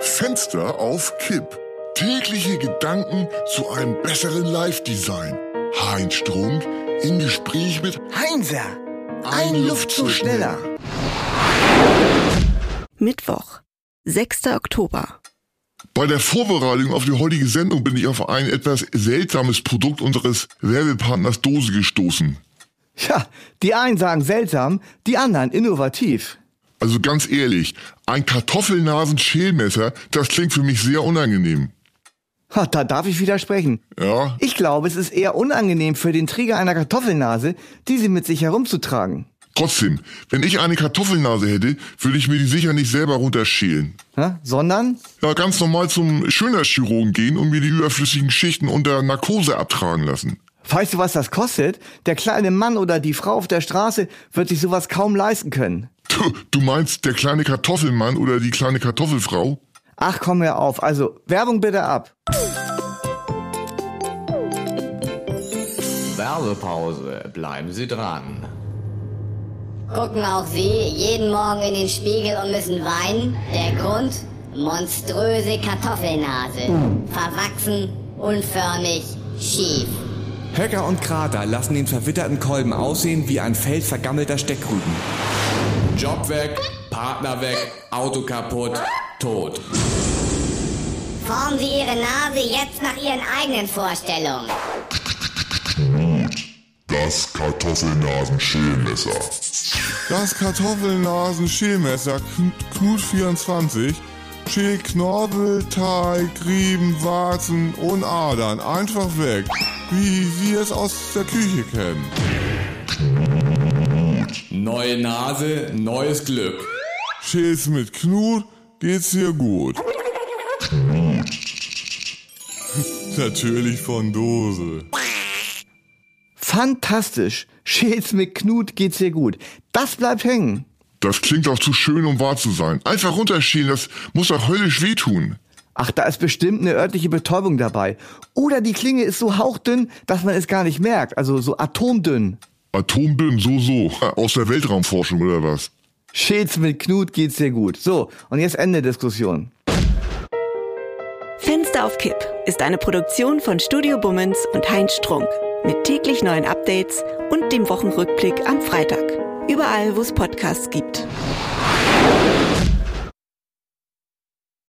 Fenster auf Kipp. Tägliche Gedanken zu einem besseren Live-Design. Heinz Strunk im Gespräch mit Heinser, ein Luftzug schneller. Mittwoch, 6. Oktober. Bei der Vorbereitung auf die heutige Sendung bin ich auf ein etwas seltsames Produkt unseres Werbepartners Dose gestoßen. Ja, die einen sagen seltsam, die anderen innovativ. Also ganz ehrlich, ein Kartoffelnasen-Schälmesser, das klingt für mich sehr unangenehm. Ha, da darf ich widersprechen. Ja, Ich glaube, es ist eher unangenehm für den Träger einer Kartoffelnase, diese mit sich herumzutragen. trotzdem, wenn ich eine Kartoffelnase hätte, würde ich mir die sicher nicht selber runterschälen. Ja, sondern, Ja, ganz normal zum Schönheitschirurgen gehen und mir die überflüssigen Schichten unter Narkose abtragen lassen. weißt du, was das kostet? Der kleine Mann oder die Frau auf der Straße wird sich sowas kaum leisten können. Du, du meinst der kleine Kartoffelmann oder die kleine Kartoffelfrau? Ach, komm mir auf. Also, Werbung bitte ab. Werbepause. Bleiben Sie dran. Gucken auch Sie jeden Morgen in den Spiegel und müssen weinen? Der Grund? Monströse Kartoffelnase. Verwachsen, unförmig, schief. Höcker und Krater lassen den verwitterten Kolben aussehen wie ein Feld vergammelter Steckrüben. Job weg, Partner weg, Auto kaputt, tot. Formen Sie Ihre Nase jetzt nach Ihren eigenen Vorstellungen. Das Kartoffelnasenschälmesser. Das Kartoffelnasenschälmesser Knut 24 schält Knorpel, Teig, Rieben, Warzen und Adern einfach weg, wie Sie es aus der Küche kennen. Neue Nase, neues Glück. Schäl's mit Knut, geht's dir gut. Natürlich von Dose. Fantastisch. Schäls mit Knut geht's dir gut. Das bleibt hängen. Das klingt doch zu schön, um wahr zu sein. Einfach runterschälen, das muss doch höllisch wehtun. Ach, da ist bestimmt eine örtliche Betäubung dabei. Oder die Klinge ist so hauchdünn, dass man es gar nicht merkt. Also so atomdünn. Atomdünn, so, so. Aus der Weltraumforschung oder was? Schäls mit Knut geht's dir gut. So, und jetzt Ende der Diskussion. Fenster auf Kipp ist eine Produktion von Studio Bummens und Heinz Strunk. Mit täglich neuen Updates und dem Wochenrückblick am Freitag. Überall, wo es Podcasts gibt.